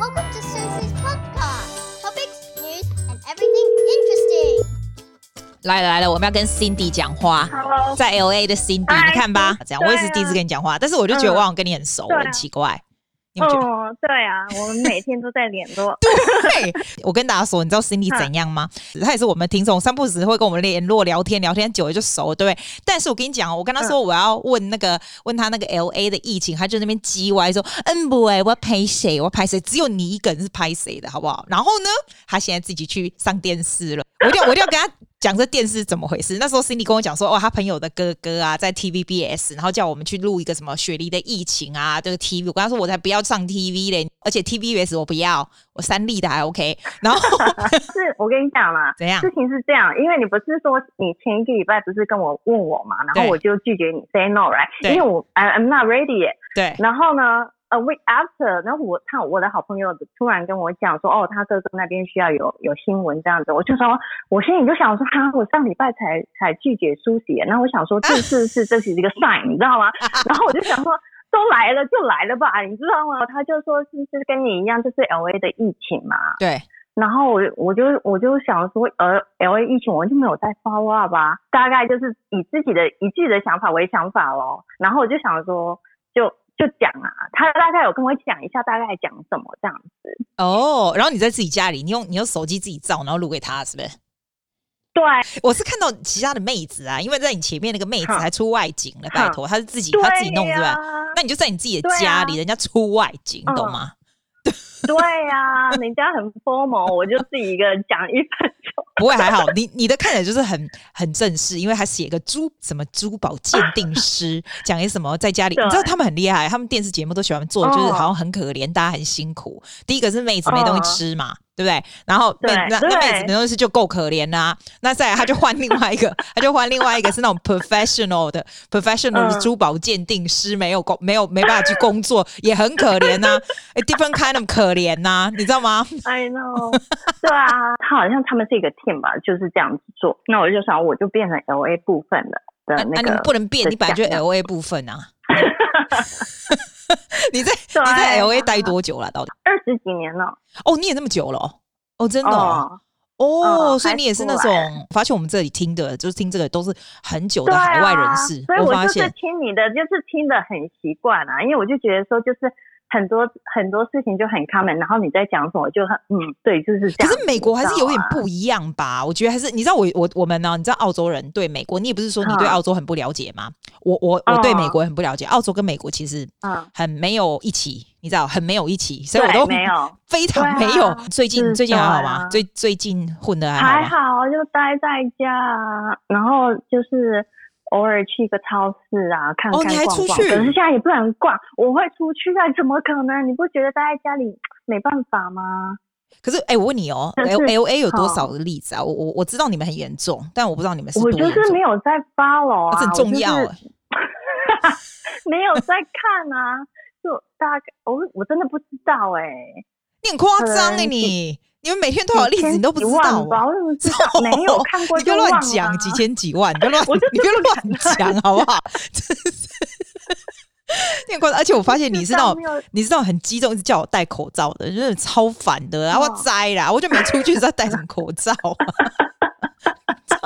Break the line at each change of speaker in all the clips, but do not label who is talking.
Welcome to Susie's podcast. Topics, news, and everything interesting.
来了来了，我们要跟 Cindy 讲话，
好，
在 L A 的 Cindy，
嗨啊
你看吧，这样我也是第一次跟你讲话，但是我就觉得
嗯
哇，我跟你很熟，
对啊
很奇怪，你们觉得？
哦，对啊，我们每天都在联络，
对，啊 我跟大家说，你知道 Cindy 怎样吗？她也是我们听众，三不时会跟我们联络、聊天，聊天久了就熟了，对不对？但是我跟你讲哦，我跟她说我要问那个问她那个 L A 的疫情，她就在那边叽歪说，嗯不哎，我要拍谁？我要拍谁？只有你一个人是拍谁的，好不好？然后呢，她现在自己去上电视了，我就我就跟她。讲这电视怎么回事？那时候 Cindy 跟我讲说，哦，他朋友的哥哥啊，在 TVBS，然后叫我们去录一个什么雪梨的疫情啊，这个 TV。我跟他说，我才不要上 TV 嘞，而且 TVBS 我不要，我三立的还 OK。然 后
是我跟你讲啦，
怎样
事情是这样，因为你不是说你前一个礼拜不是跟我问我嘛，然
对
后我就拒绝你 say no right，
对
因为我 I I'm not ready yet。
对
然后呢，a week after，然后我他我的好朋友突然跟我讲说，哦，他哥哥那边需要有有新闻这样子，我就说，我心里就想说，哈，我上礼拜才才拒绝苏姐，然后我想说，这是是这是一个 sign，你知道吗？然后我就想说。都来了就来了吧，你知道吗？他就说是是跟你一样，就是 L A 的疫情嘛，
对，
然后我我就我就想说，呃，L A 疫情我就没有再 follow up 啊，大概就是以自己的以自己的想法为想法咯。然后我就想说，就就讲啊，他大概有跟我讲一下大概讲什么这样子。
哦，然后你在自己家里，你用你用手机自己照，然后录给他，是不是？
对
我是看到其他的妹子啊，因为在你前面那个妹子
哼
还出外景了，拜托，她是自己
对
她自己弄是
呀
吧？、那你就在你自己的
对
家
啊
里，人家出外景，你懂
嗯
吗？
对呀、人家很 formal，我就自己一个人讲一分钟。
不会还好，你你的看起来就是很很正式，因为还写个珠什么珠宝鉴定 师，讲一什么在家里，
对
你知道他们很厉害，他们电视节目都喜欢做，
哦哦
就是好像很可怜，大家很辛苦。第一个是妹子没东西吃嘛，对不对？然后妹
对
那
对
那妹子没东西吃就够可怜啦、那再来他就换另外一个， 他就换另外一个是那种 professional 的 professional 的
嗯
珠宝鉴定师，没有工没有没办法去工作，也很可怜呐、a different kind of 可怜呐、你知道吗？
I know，对 啊，他好像他们是一个 team 吧，就是这样子做。那我就想，我就变成 L A 部分的
那
的
那、
啊那
啊你
个
们不能变，
的
你本来就
奖项
L A 部分 啊。你在
对啊
你在 L A 待多久了？到底？
二十几年了。
哦，你也那么久了哦，哦真的哦，
哦，
哦
嗯
所以
还
你也是
出
那
来
种发现我们这里听的，就是听这个都是很久
对
的
啊，
海外人士，
所以
我
我
发
就是
现。
听你的，就是听的很习惯啊，因为我就觉得说，就是很多很多事情就很 common，然后你在讲什么就很嗯，对，就是这
可
样。
是美国还是有点
你知道啊
不一样吧？我觉得还是你知道我我我们呢、你知道澳洲人对美国，你也不是说你对
嗯
澳洲很不了解吗？我我我对
哦
美国很不了解，澳洲跟美国其实
嗯，
很没有一起，你知道很没有一起，所以我
对，
都
没有，
非常没
对啊
有。最近
是
最近还好
对
吗？
啊
最最近混的还好
还
吗？
好就待在家啊，然后就是。偶尔去一个超市啊，看
哦
看
你还
逛
出
逛，
去
可是现在也不能逛，我会出去啊，怎么可能？你不觉得待在家里没办法吗？
可是，哎、我问你哦、
但
l
是
L A 有多少个例子啊？我我我知道你们很严重，但我不知道你们是
我
多
就
严
是没
重，
有在 follow
这
啊，
很
我
重
就是
要、哎。
没有在看啊，就大概我我真的不知道哎、欸，
你很夸张哎，
嗯
你你们每天多少例子
几
你都不知
千几
道
万吧
啊、
我怎么知 道？没有看过
你不
就
要
忘了
乱
啊
讲几千几万，你不要乱，
我就
你不要乱讲好不好？ 真是，你很夸张，而且我发现你是那
到
种
没有
你是那种很激动，一直叫我戴口罩的，真的超烦的。然后
哦
我摘啦，我就没出去，知道戴什么口罩啊？ 超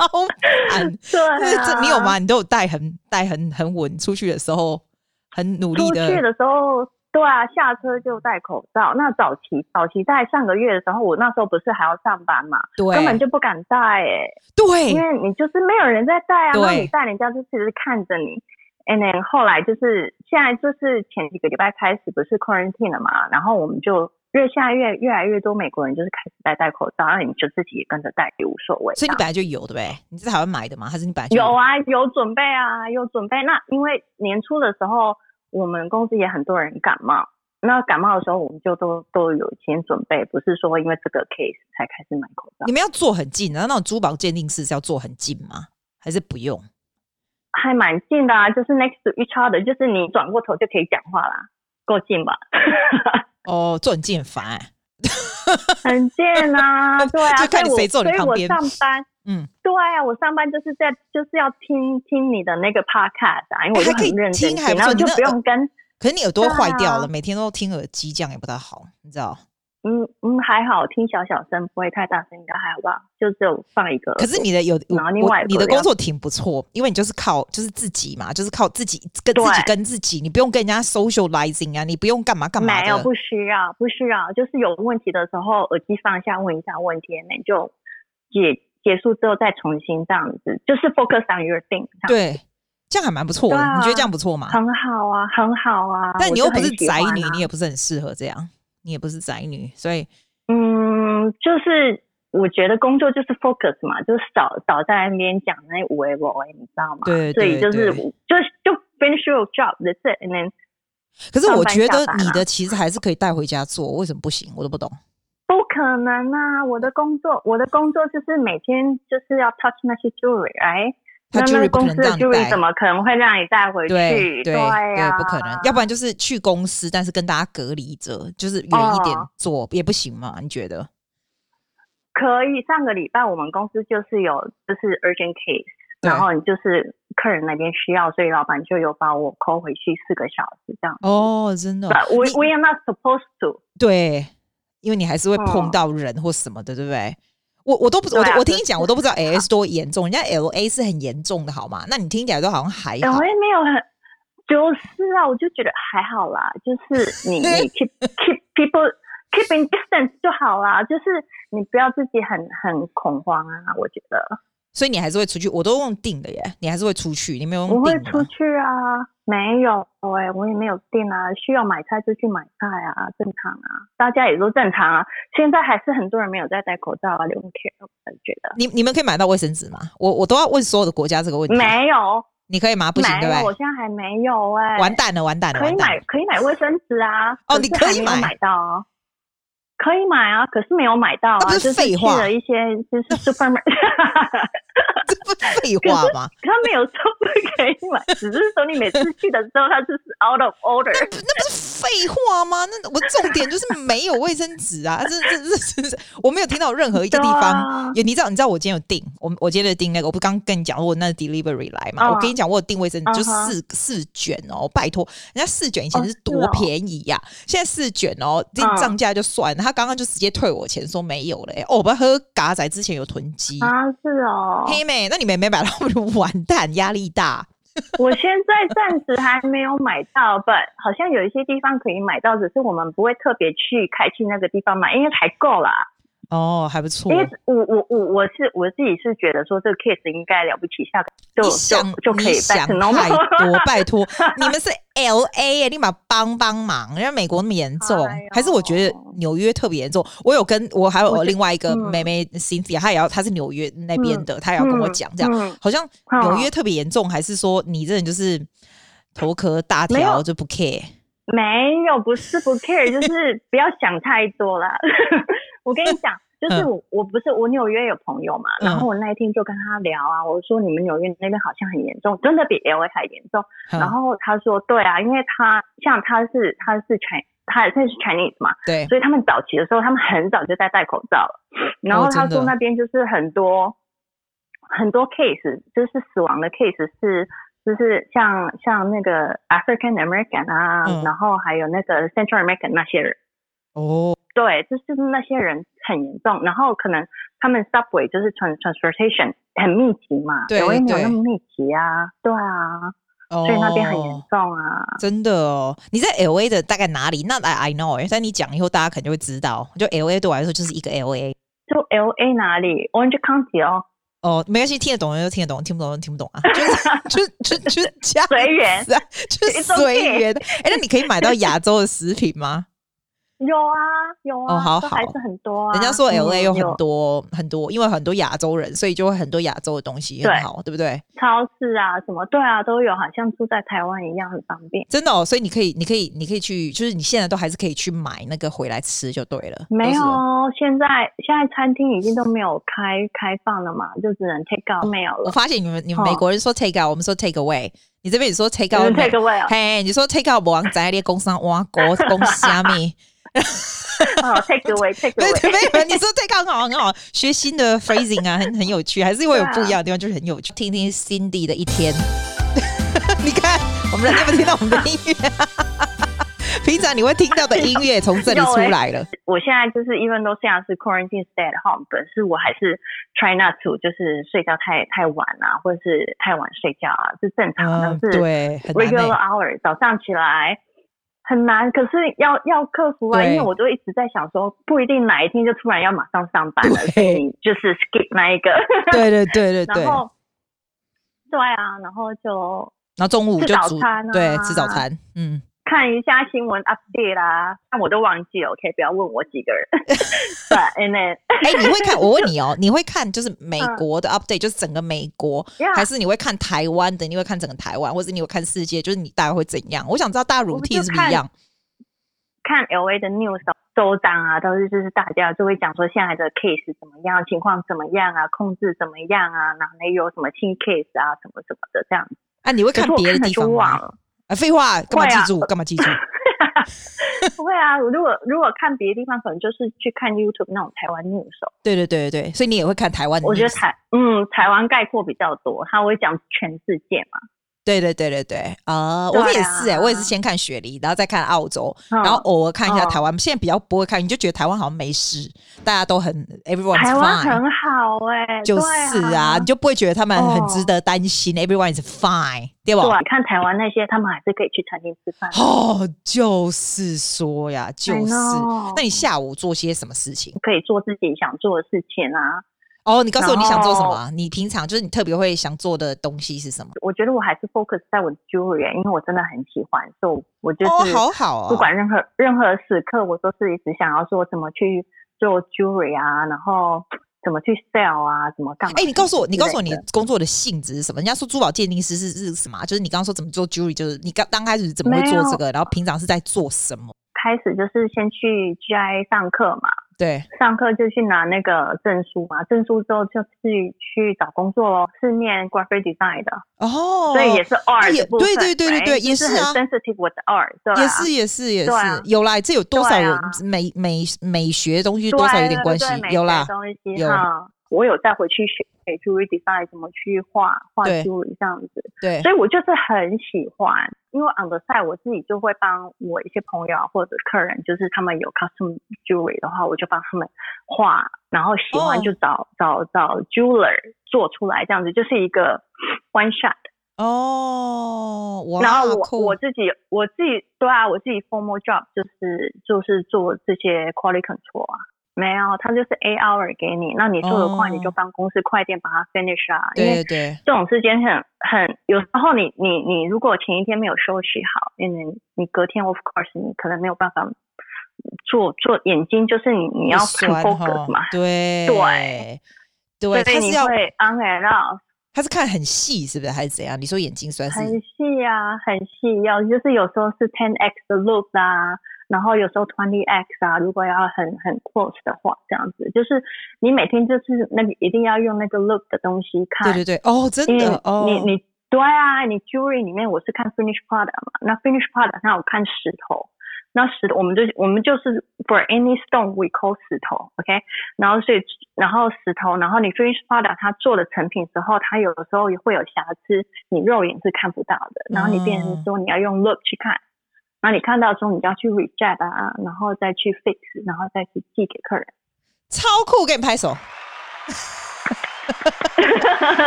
烦。
对、啊，
这你有？吗？你都有戴很戴很很稳，出去的时候很努力
出去
的。
的时候，对啊，下车就戴口罩。那早期早期在上个月的时候，我那时候不是还要上班嘛，
对，
根本就不敢戴哎、
对
因为你就是没有人在戴啊，
对
那你戴，人家就只是看着你。And then 后来就是现在就是前几个礼拜开始不是 quarantine 了嘛，然后我们就越现在越越来越多美国人就是开始戴戴口罩，然后你就自己也跟着戴也无所谓
所
这
以你
样。
本来就有对不对？你在台湾买的吗？还是你本来就
有？啊，有准备啊，有准备。那因为年初的时候，我们公司也很多人感冒，那感冒的时候我们就都都有先准备，不是说因为这个 case 才开始买口罩。
你们要坐很近，然后那种珠宝鉴定师是要坐很近吗？还是不用？
还蛮近的啊，就是 next to each other，就是你转过头就可以讲话啦，够近吧？
哦，坐很近很烦、欸。
很近 啊，对啊，
就看你谁坐你
所以我
旁边
所以我上班，
嗯，
对啊，我上班就是在就是要听听你的那个 podcast 啊，因为我
哎
就
还可以
很认真
听还不
然后
错
就
你那呃
不用跟
可是你耳朵坏掉了，
对啊
每天都听耳机，这样也不大好，你知道？
嗯嗯，还好，听小小声，不会太大声，应该还好吧？就只有放一个。
可是你的有我
然后另
我
外一
你
个
的
要
工作挺不错，因为你就是靠就是自己嘛，就是靠自己跟自
对
己跟自己，你不用跟人家 socializing 啊，你不用干嘛干嘛
没有，
的。
不需要，不需要，就是有问题的时候，耳机放下，问一下问题，那你就结结束之后再重新这样子，就是 focus on your thing，这样
对，这样还蛮不错的，
对啊
你觉得这样不错吗？
很好啊，很好啊。
但
我
你
就
又不
很
是
喜
宅
欢
女
啊，
你也不是很适合这样，你也不是宅女，所以
嗯，就是我觉得工作就是 focus 嘛，就是少少在那边讲那五 A 五 A，你知道吗？
对
所以
对
就是
对
就就 finish your job，that's it，and then
可是
上
我
班
觉
下
得
班
你
啊
的其实还是可以带回家做，为什么不行？我都不懂。
不可能啊！我的工作，我的工作就是每天就是要 touch 那些 jewelry，哎，
他
那
jewelry 不
那
可
公
能
司的
让你
jewelry
带
怎。么可能会让你带回去？啊
对对
呀、
不可能，要不然就是去公司，但是跟大家隔离着，就是远一点
哦
做、也不行嘛？你觉得？
可以。上个礼拜我们公司就是有就是 urgent case，
对
然后你就是客人那边需要，所以老板就有把我 call 回去四个小时这样。
哦，真的哦，
But we
你
we are not supposed to。
对，因为你还是会碰
嗯
到人或什么的，对不对？我我都不，我
对
都
啊
我
就
听你讲，我都不知道 L S 多严重，人家 L A 是很严重的，好吗？那你听起来都好像还
哎，
好
我，也没有很，就是啊，我就觉得还好啦，就是 你你 keep keep people keeping distance 就好啦，就是你不要自己很很恐慌啊，我觉得
所以你还是会出去。我都用定的耶，你还是会出去，你没有
我
用
会
定的
出
吗。
去啊，没有哎、我也没有订啊，需要买菜就去买菜啊，正常啊，大家也都正常啊，现在还是很多人没有在戴口罩啊，don't care，我觉得
你你们可以买到卫生纸吗？我我都要问所有的国家这个问题。
没有
你可以吗？不行，对
没
不
有，我
对？
现在还没有哎、
完蛋了，完蛋了，
可以
完蛋
买
了！
可以买卫生纸啊，
哦
可
你
是
可
还
以
没有
买
买到啊，可以买啊，可是没有买到
那
啊，
不是
就是
废
去
话
了一些就是 supermarket，
这不是废话吗？
他没有说不可以买，只是说你每次去的时候，他就是 out of order，
那不那不是废话吗？那我重点就是没有卫生纸啊！这这这这，我没有听到任 何一个地
对
方
啊
有，你知道，你知道我今天有订，我我今天有订那个，我不刚跟你讲，我那 delivery 来嘛，
嗯
我跟你讲，我有订卫生纸，就
嗯哼
四四卷哦，拜托，人家四卷以前
哦
是
是
多
哦
便宜呀、现在四卷哦，这
嗯
涨价就算了，他刚刚就直接退我钱，说没有了、欸，哦，我们喝嘎仔之前有囤积，
啊，是哦，
黑妹，那你妹妹买到我就完蛋，压力大。
我现在暂时还没有买到，but 好像有一些地方可以买到，只是我们不会特别去开去那个地方买，因为才够啦。
哦，还不错
因。为我我我我是我自己是觉得说这个 case 应该了不起，下个就
你想
就就可以
你
back
想
to
太
normal。
多，拜 托，你们是 L A 耶，立马帮帮忙！人家美国那么严重，
哎呦
还是我觉得纽约特别严重。我有跟我还有
我
我
觉
另外一个
嗯
妹妹 Cynthia，她也要，她是纽约那边的，她也要跟我讲这样，
嗯嗯
好像纽约特别严重，还是说你这人就是头壳大
没
条
有
就不 care？
没有，不是不 care，就是 不要想太多啦。 我跟你讲，就是我、我不是我纽约有朋友嘛，
嗯
然后我那一天就跟他聊啊，我说你们纽约那边好像很严重，真的比 L A 还严重。然
嗯
后他说对啊，因为他像他是他是 Chin 他他是 Chinese 嘛，
对，
所以他们早期的时候，他们很早就在戴口罩了。然后他
哦真
说
的
那边就是很多、很多 case，就是死亡的 case 是就是像像那个 African American 啊，
嗯
然后还有那个 Central American 那些人，
哦，
对，就是那些人很严重。然后可能他们 subway 就是 trans transportation 很密集嘛，
对
纽约没有
对
那么密集啊，对啊，
所
所以那边很严重啊。
哦真的哦，你在 L A 的大概哪里？那 I I know，欸但你讲以后，大家可能就会知道。就 L A 对我来说就是一个 L A
就 L A 哪里 Orange County 哦，
哦，没关系，听得懂就听得懂，听不懂就听不懂啊，就是就就就这样，
随 缘，
啊，就是
It's okay
随缘。哎、那你可以买到亚洲的食品 吗？
有啊，有啊，
哦好
都还
好
是很多啊。
人家说
嗯
L A 有很
有
多、很多，因为很多亚洲人，所以就会很多亚洲的东西
对
很好，对不对？
超市啊，什么对啊都有，好像住在台湾一样，很方便。
真的哦，所以你可以，你可以，你可以去，就是你现在都还是可以去买那个回来吃就对了。
没
都是哦
有，现在现在餐厅已经都没有开开放了嘛，就只能 take out 没有
我
了。
发现你们你们
哦
美国人说 take out，我们说 take away，你这边也说 take
你
out，
们 take away 啊
嘿，你说 take out 不往在列工商哇国公虾米。
哦，take away，take
对对
away。
没有，你说对刚好很好，学新 的 phrasing 啊，很很有趣，还是会有
对啊
不一样的地方，就是很有趣。听听 Cindy 的一天，你看我们人家有没有听到我们的音乐？啊 平常你会听到的音乐从这里出来 了。
我现在就是 even 都虽然是 quarantine stay at home，本是我还是 try not to，就是睡觉太太晚啊，或者是太晚睡觉啊，是正常的，
嗯，
是
对，很难、
regular
欸。
hour，早上起来很难，可是要要克服啊，因
对
为我就一直在想说，不一定哪一天就突然要马上上班了，所以你就是 skip 那一个，
对对对对对。
然后对啊，然后就
然后中午
吃
就
早
煮，
餐啊
对，吃早餐。嗯，
看一下新闻 update 啦，但我都忘记了，OK，不要问我 几个人。But and then
哎、你会看？我问你哦，你会看就是美国
嗯
的 update，、就是整个美国，
yeah，
还是你会看台湾的？你会看整个台湾，或者你会看世界？就是你大概会怎样？我想知道大家
我就
routine 是不是
看
一样？
看 L A 的 news 周章啊，都是就是大家就会讲说现在的 case 怎么样，情况怎么样啊，控制怎么样啊，哪里有什么新 case 啊，什么什么的这样子。
啊，你会
可
看
是我
别的
看了
地
就
方
忘
吗？
了，
啊，废话，干嘛
会啊
记住？干嘛记 住？
不会啊。如果如果看别的地方，可能就是去看 YouTube 那种台湾 news 哦。
对对对对对，所以你也会看台湾的 news？
我觉得台嗯台湾概括比较多，他会讲全世界嘛。
对对对对对啊，
对
我也是哎、
啊
我也是先看雪梨，然后再看澳洲，
嗯
然后偶尔看一下
嗯
台湾。现在比较不会看，你就觉得台湾好像没事，大家都很 everyone
台湾
fine。
很好哎、对
就是
啊
啊，你就不会觉得他们很值得担心、e v e r y o n e is fine，对吧？
哦对，你看台湾那些，他们还是可以去餐厅吃饭。
哦，就是说呀，就是。
know
那你下午做些什么事情？
可以做自己想做的事情啊！
哦，你告诉我
然
你
后
想做什么啊？你平常就是你特别会想做的东西是什么？
我觉得我还是 focus 在我的 jewelry，因为我真的很喜欢，所以我就
哦，
是
好好啊、哦，
不管任何、任何时刻，我都是一直想要说怎么去做 jewelry 啊，然后怎么去 sell 啊，怎么干嘛？
哎、你告诉我，你告诉我你
之类的
工作的性质是什么？人家说珠宝鉴定师是是什么啊？就是你刚刚说怎么做 jewelry，就是你刚刚开始怎么会
没
做
有
这个，然后平常是在做什么？
开始就是先去 GI 上课嘛，
对，
上课就去拿那个证书嘛，证书之后就去去找工作咯，是念 graphic design 的，
哦，
所以也是 art
也
的部分
对对对对对
right？
也
就是
啊
很 sensitive 我的 art，对、啊，
也是也是也是、
对啊
有啦，这有多少
对啊
有美美美学的东西
对
多少有点关系
对美，
有
学
啦
的，东西
有
哈。我有再回去学 jewelry design 怎么去画画
对
jewelry 这样子，
对
所以我就是很喜欢，因为 on the side 我自己就会帮我一些朋友啊或者客人，就是他们有 custom jewelry 的话，我就帮他们画，然后喜
哦
欢就找、找找 jeweler 做出来这样子，就是一个 one shot。
哦，哇，
然后我
酷
我自己我自己对啊，我自己 formal job 就是就是做这些 quality control 啊。没有，他就是 A hour 给你，那你做的快，
哦
你就帮公司快一点把它 finish 啊。因
对对
为
对，
这种时间很很，有时候你你你如果前一天没有休息好，因为你隔天 of course 你可能没有办法做做眼睛，就是你你要
会
f
酸
o c
哈
u 嘛，，
对
对
对，
所以
他
你
是要
会 on and off
他是看很细是不是还是怎样？你说眼睛酸是
很细啊，很细，要就是有时候是 ten x 的 look 啊，然后有时候 twenty x 啊，如果要很很 close 的话，这样子就是你每天就是那个一定要用那个 look 的东西看，
对对对，哦，真
因为
的哦，
嗯你你对啊，你 jewelry 里面我是看 finish product 嘛，那 finish product 那我看石头。那石头，我们就我们就是 for any stone we call 石头，OK？然后所以然后石头，然后你 finish product 它做的成品之后，它有的时候也会有瑕疵，你肉眼是看不到的。然后你变
嗯
成说你要用 look 去看，那你看到之后你就要去 reject 啊，然后再去 fix，然后再去寄给客人。
超酷，给你拍手。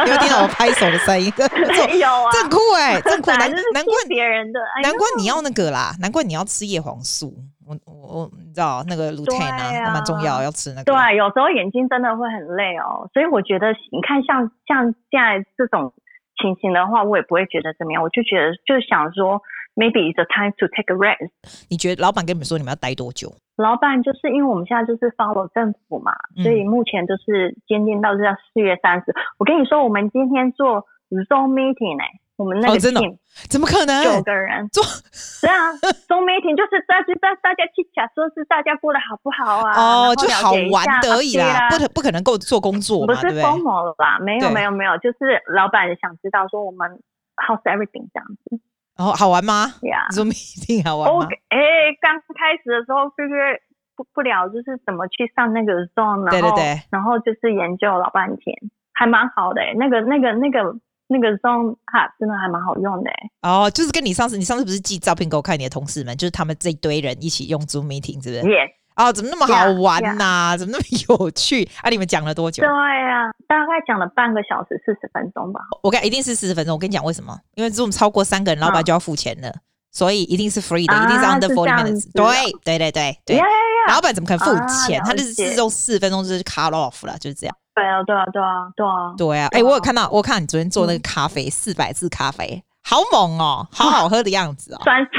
你有听到我拍手的声音？这 这
有啊，
很酷哎、欸，这很酷，
本来
难
就是
难怪
听别人的，哎呦
难怪你要那个啦，难怪你要吃叶黄素。我我我，你知道那个 lutein 啊，
对啊
那蛮重要，要吃那个。
对，有时候眼睛真的会很累哦，所以我觉得你看像像现在这种情形的话，我也不会觉得怎么样，我就觉得就想说，maybe it's a time to take a rest。
你觉得老板跟你们说你们要待多久？
老板就是因为我们现在就是 follow 政府嘛，
嗯
所以目前就是坚定到是要四月三十。我跟你说，我们今天做 Zoom meeting 呢、我们那
哦
个
真的
team
怎么可
九
能？
个啊人，
做
对啊，Zoom meeting 就是大家大大家去讲说是大家过得好不好啊，然后
哦，就
了
好
解一下
玩得而已
对
啦，
啊
不可不可能够做工作
不
嘛，对
是
不对？
疯魔了吧？没有
对
没有没有，就是老板想知道说我们 how's everything 这样子
然后哦好玩 吗？
呀
你。说 meeting 好玩吗
OK，？哎，刚开始的时候就是不不了，就是怎么去上那个 zone，然后
对对对
欸然后就是研究老半天，还蛮好的、诶那个那个那个那个 Zone Hub 真的还蛮好用的、欸。
哦，就是跟你上次，你上次不是寄照片给我看你的同事们，就是他们这一堆人一起用 Zoom meeting，是不是？
也
哦，怎么那么好玩呐、怎么那么有趣啊？你们讲了多久
对？呀、大概讲了半个小时四十分钟吧。
我跟一定是四十分钟。我跟你讲为什么？因为 Zoom 超过三个人，老板就要付钱了，所以一定是 free 的，
啊
一定是 under
是
forty
这样
minutes
子。的
对对对对对
呀呀呀！
老板怎么可能付钱？
啊
他就
了
是
解
自动四十分钟就是 cut off 了，就是这样。
对啊，对啊，对啊，对啊。
对啊，哎、
对啊嗯
我有看到，我看你昨天做那个咖啡，四百字咖啡，好猛哦，好好喝的样子 哦。
酸手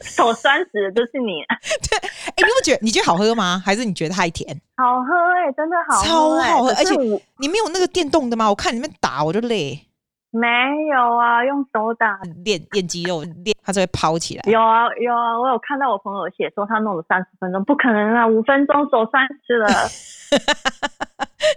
手酸死的就是你，
哎、你不觉得你觉得好喝吗？还是你觉得太甜？
好喝哎、真的好喝、欸，
超好喝
可是
而且
我
你没有那个电动的吗？我看你们打我就累，
没有啊，用手打。
练练肌肉，练它就会抛起来。
有啊有啊，我有看到我朋友写说他弄了三十分钟，不可能啊，五分钟手酸死了。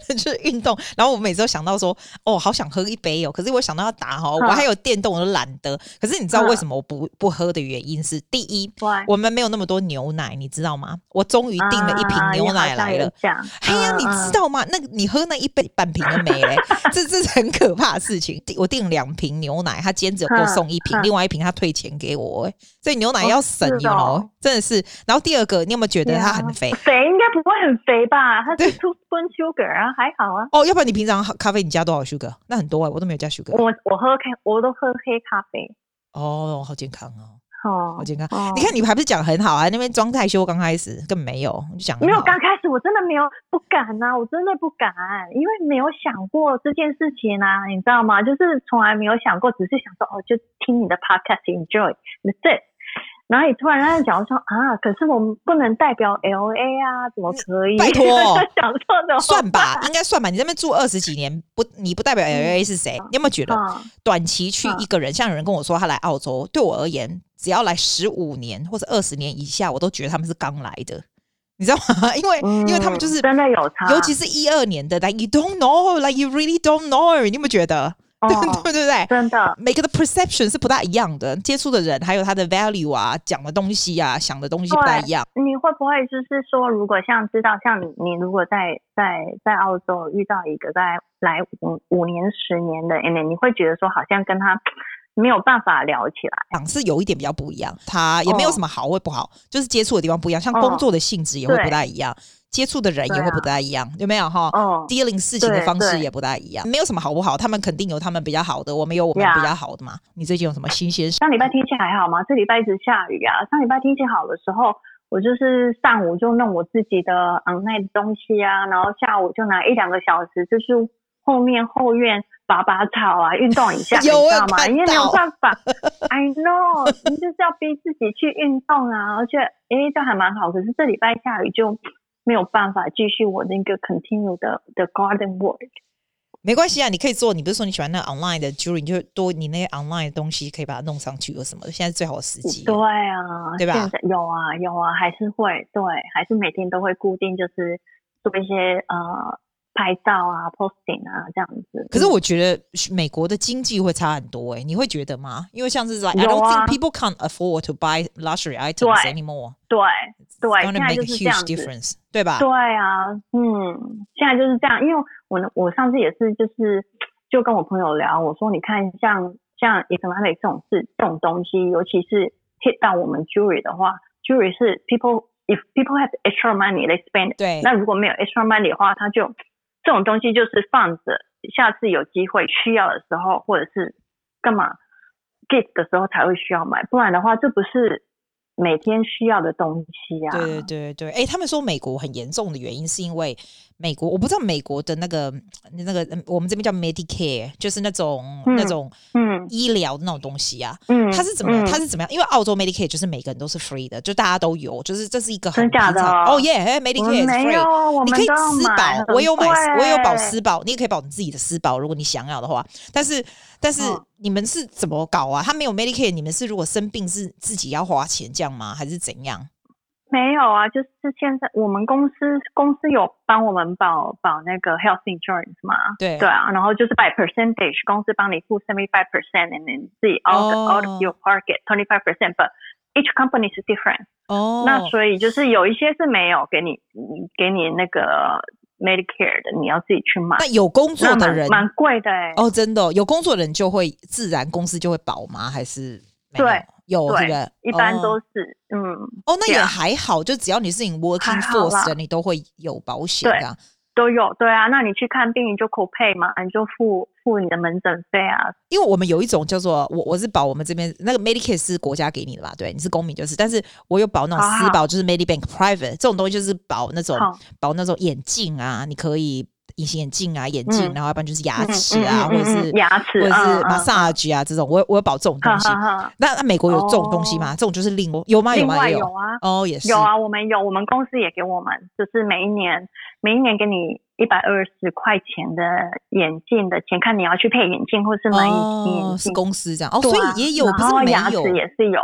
就是运动。然后我每次都想到说，哦，好想喝一杯哦，可是我想到要打哦，
嗯
我还有电动，我都懒得。可是你知道
嗯
为什么我不不喝的原因是，第一，
对，
我们没有那么多牛奶，你知道吗？我终于订了一瓶
啊
牛奶来了。。哎呀，你知
道？
道吗？那你喝那一杯半瓶都没 嘞，这这是很可怕的事情。我订两瓶牛奶，他今天只有给我送一瓶，
嗯嗯
另外一瓶他退钱给我，哎所以牛奶
哦
要省
是
有
哦
真的是。然后第二个，你有没有觉得它
对啊
很肥？
肥应该不会很肥吧？它
对
是 two spoon sugar 啊，还好啊。
哦，要不然你平常喝咖啡你加多少 sugar？那很多哎、我都没有加 sugar。
我我喝黑，我都喝黑咖啡。
哦，好健康哦，
哦
好，健康。
哦
你看，你还不是讲得很好啊？那边装害羞，刚开始根本没有，你就讲得
没有，
很好
刚开始我真的没有不敢呐、我真的不敢，因为没有想过这件事情啊，你知道吗？就是从来没有想过，只是想说哦，就听你的 podcast enjoy that's it。然后你突然在讲说啊，可是我们不能代表 L A 啊，怎么可以？
嗯拜托
想说的
算吧，应该算吧。你在那边住二十几年，不，你不代
嗯
表 L A 是谁？你有没有觉得
啊，
短期去一个人，像有人跟我说他来澳洲，对我而言，只要来十五年或者二十年以下，我都觉得他们是刚来的，你知道吗？因 为、因为他们就是
嗯，真的有差，
尤其是一二年的，like you don't know，like you really don't know，你有没有觉得？
哦
对对对对。
真的
每个的 perception 是不大一样的，接触的人还有他的 value 啊，讲的东西啊，想的东西不大一样。
你会不会就是说，如果像知道像你，你如果在在在澳洲遇到一个在来五五年、十年的 N，你会觉得说好像跟他没有办法聊起来，
党是有一点比较不一样，他也没有
哦
什么好或不好，就是接触的地方不一样，像
哦
工作的性质也会
对
不大一样，接触的人也
对
会
啊
不大一样，有没有哈？
哦，
dealing 事情的
对
方式
对
也不大一样，没有什么好不好，他们肯定有他们比较好的，我们有我们
Yeah
比较好的嘛。你最近有什么新鲜事？
上礼拜天气还好吗？这礼拜一直下雨啊。上礼拜天气好的时候，我就是上午就弄我自己的 online 的东西啊，然后下午就拿一两个小时，就是后面后院拔拔草啊，运动一下，
有
你
我有
知道吗？
看
因为没有
到
办 法，I know，你就是要逼自己去运动啊，而且诶，这还蛮好。可是这礼拜下雨就没有办法继续我那个 continue 的的 garden work。
没关系啊，你可以做。你不是说你喜欢那 online 的 jury，你就多你那些 online 的东西可以把它弄上去，有什么的？现在是最好的时机。
对啊，
对吧
现在有啊，有啊，还是会对，还是每天都会固定就是做一些呃拍照啊、posting 啊这样子。
可是我觉得美国的经济会差很多诶、你会觉得吗？因为像是 like I
有
don't
啊
think people can afford to buy luxury items
对
anymore.
对
It's
对
gonna
现在
make
就
a
是这样
huge
子
difference，对吧？
对啊，嗯，现在就是这样，因为我呢我上次也是就是就跟我朋友聊，我说你看像像 economic 这种事这种东西，尤其是 hit 到我们 jury 的话，jury 是 people if people have extra money they spend
对
那如果没有 extra money 的话，它就这种东西就是放着，下次有机会需要的时候，或者是干嘛 get 的时候才会需要买，不然的话，这不是每天需要的东西啊。
对对对对，哎、他们说美国很严重的原因是因为美国，我不知道美国的那个那个，嗯我们这边叫 Medicare，就是那种、那
嗯
种
嗯
医疗那种东西啊，
嗯，
它是怎么、
嗯
它是怎么样？因为澳洲 Medicare 就是每个人都是 free 的，就大家都有，就是这是一个很
真假
平
的
常
哦
哦耶、m e d i
我
c a r e
们
is
没
free。
有，我
你
们
可以
都要
私
买
保，我有买，我有保。
很贵
私保，你也可以保你自己的私保，如果你想要的话。但是，但是
嗯
你们是怎么搞啊？他没有 Medicare，你们是如果生病是自己要花钱这样吗？还是怎样？
没有啊，就是现在我们公司公司有帮我们保保那个 health insurance 嘛，
对
对啊，然后就是 by percentage，公司帮你付 seventy five percent，and then 自己 out、
哦
out of your pocket twenty five percent，but each company is different、
哦
那所以就是有一些是没有给你给你那个 Medicare 的，你要自己去买
那。有工作
那
的
蛮
人
蛮贵的哎、
哦，真的哦、有工作的人就会自然公司就会保吗？还是没有
对
有是不
对
是？，
一般
哦
都是、嗯
哦，那
这
也
样
还好，就只要你是你 working
还好啦
force 的，你都会有保险
对
这样。
都有对啊。那你去看病你就 copay 嘛，你就付付你的门诊费啊。
因为我们有一种叫做我我是保我们这边那个 Medicare 是国家给你的吧？对，你是公民就是，但是我有保那种
好
私
好
保，就是 Medibank private 这种东西，就是保那种
啊好
保那种眼镜啊，你可以隐形眼镜啊，眼镜，
嗯
然后要不然就是牙
嗯
齿啊，
嗯嗯
或者
嗯
是
嗯牙齿
或者
嗯
是
嗯
massage 啊这种，我有我有保这种
哈
东西。
哈哈。
那那美国有这种东西吗？这种就是另有吗？有
哦另
吗？
外
也
有啊，
哦，也是
有啊，我们有，我们公司也给我们，就是每一年每一年给你一百二十块钱的眼镜的钱，看你要去配眼镜或是买隐
哦，
眼
是
镜。
公司这样哦，
对
所
啊
以也有，
然
不是
后
没
牙齿
有。
也是有，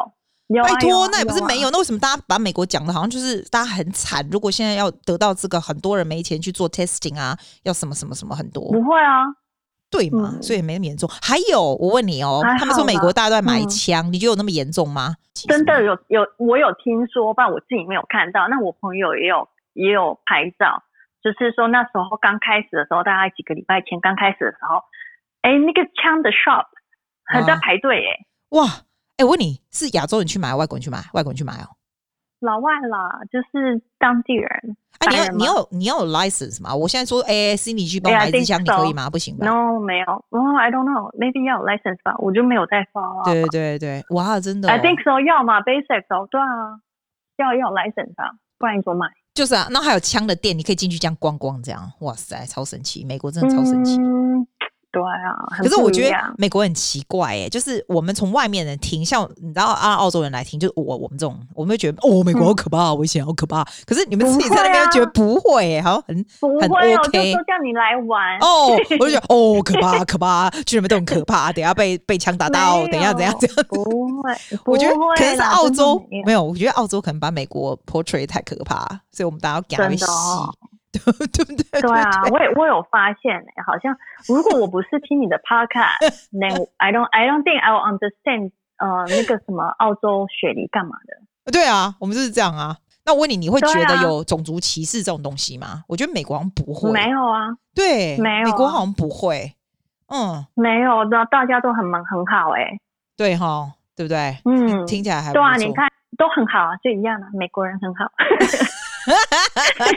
有啊
拜
有
托
啊，
那也不是
有啊
没有，那为什么大家把美国讲的好像就是大家很惨？如果现在要得到这个，很多人没钱去做 testing 啊，要什么什么什么很多，
不会啊，
对嘛？
嗯
所以没那么严重。还有，我问你哦
还好，吧
他们说美国大家都在买
嗯
枪，你觉得有那么严重吗？
真的有有，我有听说，但我自己没有看到。那我朋友也有也有拍照，就是说那时候刚开始的时候，大概几个礼拜前刚开始的时候，哎，那个枪的 shop 还在
啊
排队哎、
哇！哎、我问你是亚洲人去买，外国人去买，外国人去买哦。
老外啦，就是当地人。
啊，你要
白人
你
吗
要你要有 license 吗？我现在说，哎、c 你去帮我
Yeah, I
买一支
think
枪，你可以
so.
吗？不行吧？
No，没有。哦、i don't know，maybe 要有 license 吧，我就没有再发啊。
对对对对，哇，真的、哦。
i think so，要嘛 basic 哦，对啊，要要有 license 啊，不然你怎么买？
就是啊，然后还有枪的店，你可以进去这样逛逛，这样，哇塞，超神奇！美国真的超神奇。
嗯，对啊，很
可是我
不一
觉得
样
美国很奇怪哎、就是我们从外面人听，像你知道啊，澳洲人来听，就是我我们这种，我们会觉得哦，美国好可怕，好危险，好可怕。可是你们自己在那边
嗯不会啊
觉得不会、欸，好像很
不
很
会哦，就
OK
说叫你来玩。
哦，我就觉得哦，可怕可怕，去那边都很可怕，等一下被被枪打 到，等一下怎样怎样。
不会，
我觉得可能是澳洲
没
没有，我觉得澳洲可能把美国 portray 太可怕，所以我们大家要给他们
真的哦
戏，对 不对？
对啊，我也我有发现、欸，好像如果我不是听你的 podcast，then I don't I don't think I will understand 呃那个什么澳洲雪梨干嘛的。
对 啊，我们就是这样啊。那我问你，你会
对
觉
啊
得有种族歧视这种东西吗？我觉得美国好像不会，
没有啊，
对，
没有
美国
啊
好像不会，嗯，
没有的，大家都很忙很好哎、欸
对哈，对不对？
嗯，
听起来还
对啊，
不错
你，看都很好啊，就一样啊，美国人很好。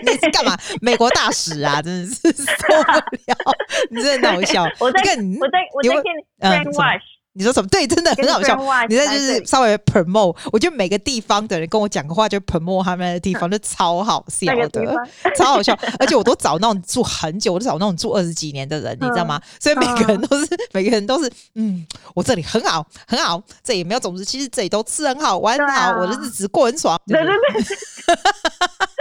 你是干嘛？美国大使啊，真的是受不了，你真的很好笑。
我在
你看你
我在我
你
在
会
听
嗯
brainwash，、
你说什么？对，真 的
跟
很好笑
brainwash。
你在就
来这
是
里
稍微 promote，我觉得每个地方的人跟我讲个话就 promote 他们的地方，就超好笑
那个地
的
方，
超好笑。而且我都找那种住很久，我都找那种住二十几年的人，你知道吗？
嗯
所以每个人都是每个人都是，嗯，我这里很好，很好，这里没有种族歧视，这里都吃很好，玩很好，
对啊
我的日子过很爽。
对
就是
对对，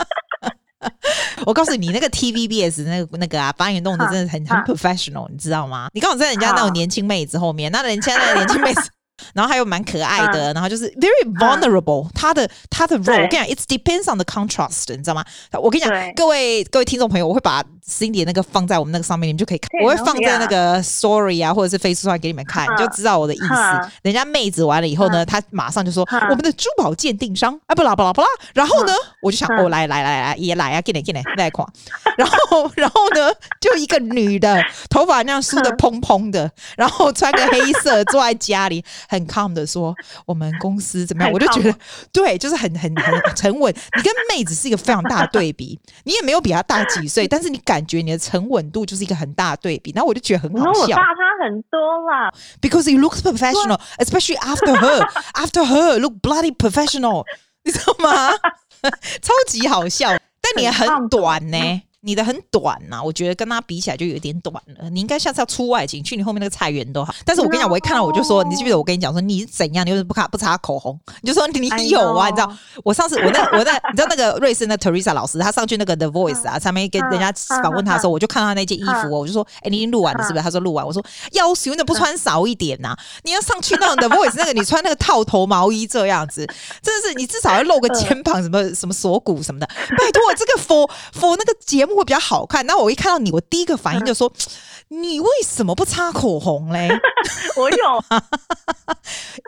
我告诉你，那个 TVBS 那个那个啊，把你弄得真的很很
啊
professional，你知道吗？你刚好在人家那种年轻妹子后面，那人家那个年轻妹 子。然后还有蛮可爱的，然后就是 very vulnerable，她的她的 role，
对
我跟你讲，it depends on the contrast，你知道吗？我跟你讲
对，
各位各位听众朋友，我会把 Cindy 的那个放在我们那个上面，你们就可以看，
对
我会
然后
放在那个 story 啊，或者是 Facebook 上给你们看，你就知道我的意思
嗯。
人家妹子完了以后呢，她马上就说
嗯
我们的珠宝鉴定商啊，不啦不啦不啦，然后呢，我就想
嗯
哦，来来来来，也来啊，进来进来来款，然后然后呢，就一个女的，头发那样梳的
嗯
蓬蓬的，然后穿个黑色，坐在家里很 calm 的说我们公司怎么样？
很
我就觉
calm
得对，就是很很很沉稳。你跟妹子是一个非常大的对比，你也没有比她大几岁，但是你感觉你的沉稳度就是一个很大的对比。然后我就觉得很
你
好
说我
笑
大他很多啦，
，because you look professional, especially after her, after her look bloody professional，你 知道吗？ 超级好笑，但你的很
很棒
短呢、你的很短呐、我觉得跟他比起来就有点短了。你应该下次要出外景，去你后面那个菜园都好。但是我跟你讲，我一看到我就说，
No
你记不记得我跟你讲说你是怎样？你为什么不擦不擦口红？你就说你
I
有啊，
know
你知道？我上次我那 我那你知道那个瑞士那 Teresa 老师，她上去那个 The Voice 啊，上面跟
嗯
人家访问她的时候，我就看到她那件衣服哦，我就说，哎，你已经录完了
嗯
是不是？她说录完。我说，要死，你怎么不穿少一点呐、你要上去那种 The Voice 那个，你穿那个套头毛衣这样子，真的是你至少要露
嗯
个肩膀，什么什么锁骨什么的。拜托，这个 for for 那个节目会比较好看。那我一看到你，我第一个反应就说，
嗯
你为什么不擦口红嘞？
我 有，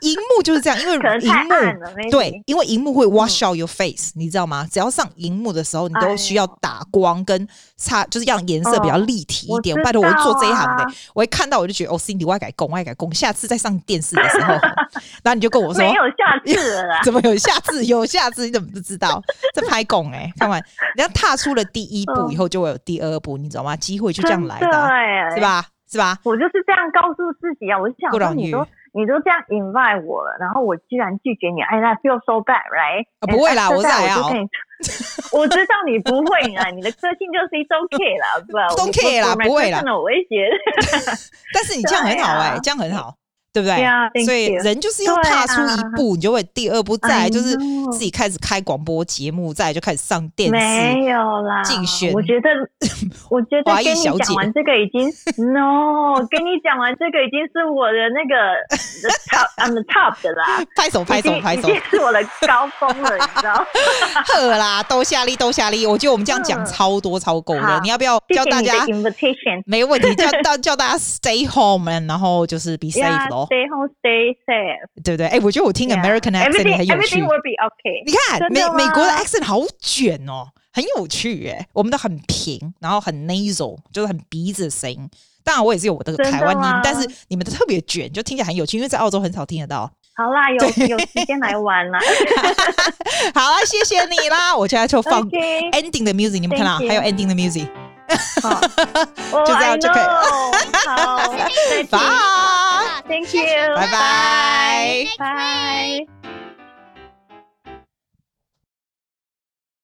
荧幕就是这样，因为
可能
啊荧
太
幕
暗了，maybe
对，因
嗯哎
为荧幕会 wash out your face，、你知道吗？只要上荧幕的时候，你都需要打光跟差，就是让颜色比较立体一点。
嗯我
拜托，我是
知道
做这一行的、
啊
我一看到我就觉得哦，Cindy，我要改工，我要改工，下次再上电视的时候， 然后你就跟我说
没有下次了
。
啦
怎么有下次？有下次你怎么不知道？这拍拱哎、欸，看完你要踏出了第一
嗯
步以后，就会有第二步，你知道吗？机会就这样来的啊、
对，
是？吧？是吧？
哎我就是这样告诉自己啊，我就想
不
说，
容
你
易
都你都这样 invite 我了，然后我居然拒绝你，哎，那 feel so bad，right？
啊不会啦
And after
我是
that，
还好
我就跟你 我知道你不会啦， 你的个性就是 don't care 啦，不
Don't care 啦不会啦
那我会觉得，
但是你这样很好哎、
对啊
这样很好，对不对？
对啊，thank
所以
you
人就是要
对
踏
啊嗯
出一步，你就会第二步，再来就是自
I
己开始开广播节目，再来就开始上电
know
视。
没有啦，
竞选
我 觉得，我觉得
华裔
跟你
小姐
讲完这个已 经 no，跟你讲完这个已经是我的那个 the top I'm the top 的啦，
拍手 拍
已
手
经
拍
已
手，
经是我的高峰了，你 知道。
呵啦，兜下力兜下力。我觉得我们这样讲
嗯
超多超够的，
好
你要不要
谢
教
谢
大
你的
家？
invitation。
没问题，叫到叫大家 stay home，然后就是 be safe 咯，
Stay home, stay safe.
对不对？哎，我觉得我听
Yeah.
American accent
啊 everything,
很有趣
everything。will be okay.
你看
真
美
的
美国的
吗
accent 好卷哦，很有趣哎，我们的很平，然后很 nasal，就是很鼻子的声音。当然，我也是有我的
真的
台湾音
吗，
但是你们的特别卷，就听起来很有趣，因为在澳洲很少听得到。
好啦，有有时间来玩啦。
好啊，谢谢你啦，我现在就 放 哎
OK，
ending 的 music，你们看到啊
Thank you
还有 ending 的 music，
好，我
就这样
哦 I
就可以
know 好，再见
拜
Thank
，Thank you，
拜拜。
Bye.
拜。